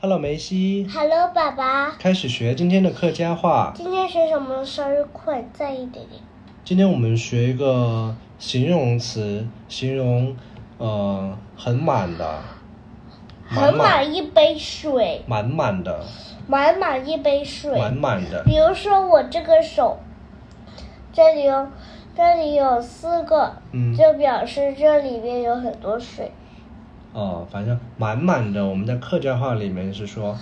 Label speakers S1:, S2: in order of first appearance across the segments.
S1: Hello，梅西，
S2: Hello，爸爸，
S1: 开始学今天的客家话。
S2: 今天学什么生日快？再一点点。
S1: 今天我们学一个形容词，形容呃很满的，满
S2: 满
S1: 满
S2: 满一杯水，
S1: 满满的，
S2: 满满一杯水。
S1: 满满的。
S2: 比如说我这个手，这里有这里有四个，
S1: 嗯，
S2: 就表示这里面有很多水。
S1: 哦，反正满满的，我们在客家话里面是说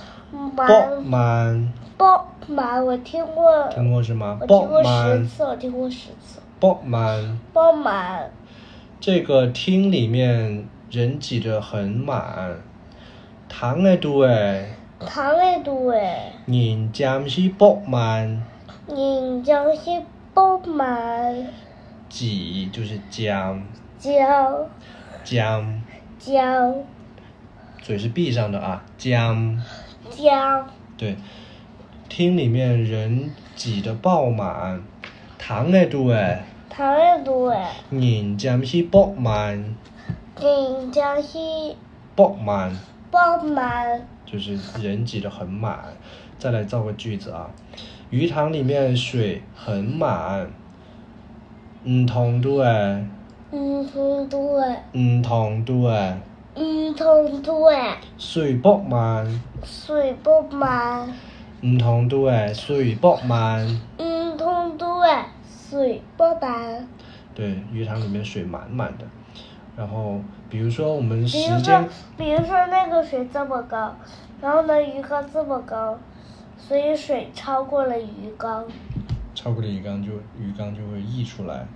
S1: 爆
S2: 满
S1: 满，
S2: 爆满，我听过，
S1: 听过是吗
S2: 我？听
S1: 爆
S2: 过十
S1: 满，
S2: 次，我听过十次。
S1: 爆满，
S2: 爆满，
S1: 这个厅里面人挤得很满。堂内度诶，
S2: 糖类多哎，
S1: 人暂时爆满，
S2: 你将是爆满，
S1: 挤就是将
S2: 将
S1: 将，
S2: 将。
S1: 嘴是闭上的啊，将。
S2: 将
S1: 对，厅里面人挤得爆满，堂内度诶，
S2: 糖类多哎，
S1: 人暂时爆满，
S2: 锦江西
S1: 爆满。
S2: 爆满，
S1: 就是人挤得很满。再来造个句子啊，鱼塘里面水很满，嗯，同对，
S2: 嗯通对，
S1: 嗯，同对，
S2: 嗯通对，
S1: 水爆满，
S2: 水爆满，
S1: 嗯，同对，水爆满。
S2: 嗯通对，水爆满。
S1: 对，鱼塘里面水满满的。然后，比如说我们
S2: 比
S1: 时
S2: 如说
S1: 间，，
S2: 比如说那个水这么高，然后呢鱼缸这么高，所以水超过了鱼缸。
S1: 超过了鱼缸就鱼缸就会溢出来。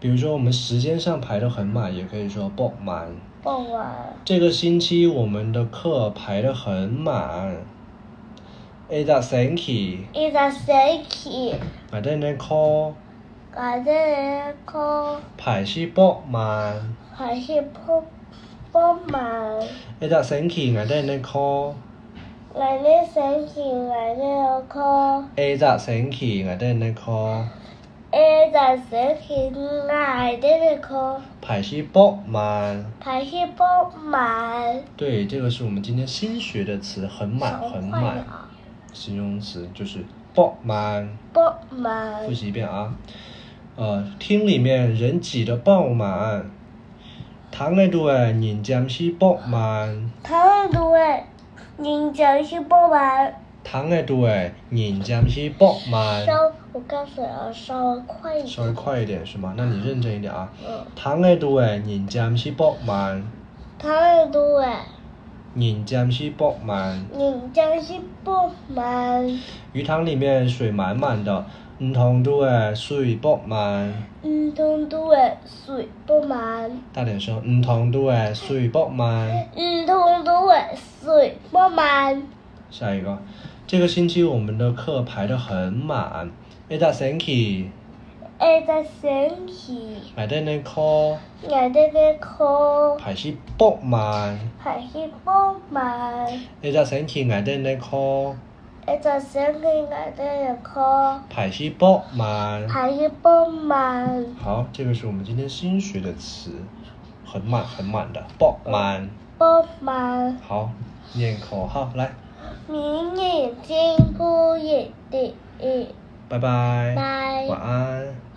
S1: 比如说我们时间上排得很满，也可以说爆满。
S2: 爆满，
S1: 这个星期我们的课排得很满。A 大 thank you，
S2: 一个神奇，
S1: 我的那课
S2: 感觉人空
S1: 排是爆满。
S2: 还是爆爆满。
S1: A 大 thank you，我的那课
S2: Lại lên sáng chỉ lại lên ở kho
S1: A 大 thank you，我的那课
S2: Ê đã sẽ khi lại đến ở kho
S1: 排是爆满。
S2: Phải khi bốc mãi
S1: 对，这个是我们今天新学的词，很满很满，形容词就是爆满。
S2: Bốc
S1: 复
S2: mãi
S1: 习一遍啊，呃，厅里面人挤得爆满，堂内度诶人暂时爆满。
S2: Tháng tuổi Nhìn chờ khi bốc mãi
S1: 糖嘅度诶，人暂时爆满，
S2: Sau Một cái sữa ở sau Khoai
S1: 稍微快一点是吗？那你认真一点啊。
S2: Ừ.
S1: 糖嘅度诶，人暂时爆满，
S2: Tháng tuổi
S1: 人暂时爆满。
S2: Nhìn chờ khi bốc mãi
S1: 鱼塘里面水满满的，唔同度诶，水爆满。
S2: Ừ thông tuổi Sủi bốc mãi
S1: 大点声，唔同度诶，水爆满。
S2: Ừ thông tuổi Sủi bốc mãi
S1: 下一个，这个星期我们的课排得很满。一大星期，
S2: Ê đã sáng chỉ
S1: 买的那课
S2: 我的个口
S1: 排是爆满。
S2: 还是不满，
S1: 一大星期，我的那课
S2: 一直想起我的口
S1: 排是爆满。
S2: 还是不满，
S1: 好，这个是我们今天新学的词，很满很满的，爆满。
S2: 不满，
S1: 好，念口号来，
S2: 明眼睛不一定，
S1: 拜拜，
S2: 拜
S1: 晚安。